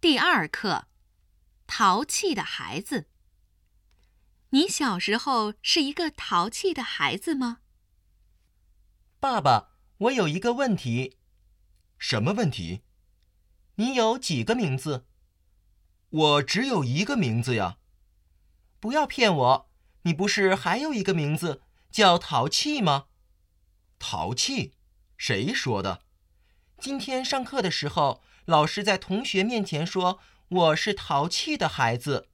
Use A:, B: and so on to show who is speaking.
A: 第二课，淘气的孩子。你小时候是一个淘气的孩子吗？
B: 爸爸，我有一个问题，
C: 什么问题？
B: 你有几个名字？
C: 我只有一个名字呀。
B: 不要骗我，你不是还有一个名字叫淘气吗？
C: 淘气？谁说的？
B: 今天上课的时候，老师在同学面前说我是淘气的孩子。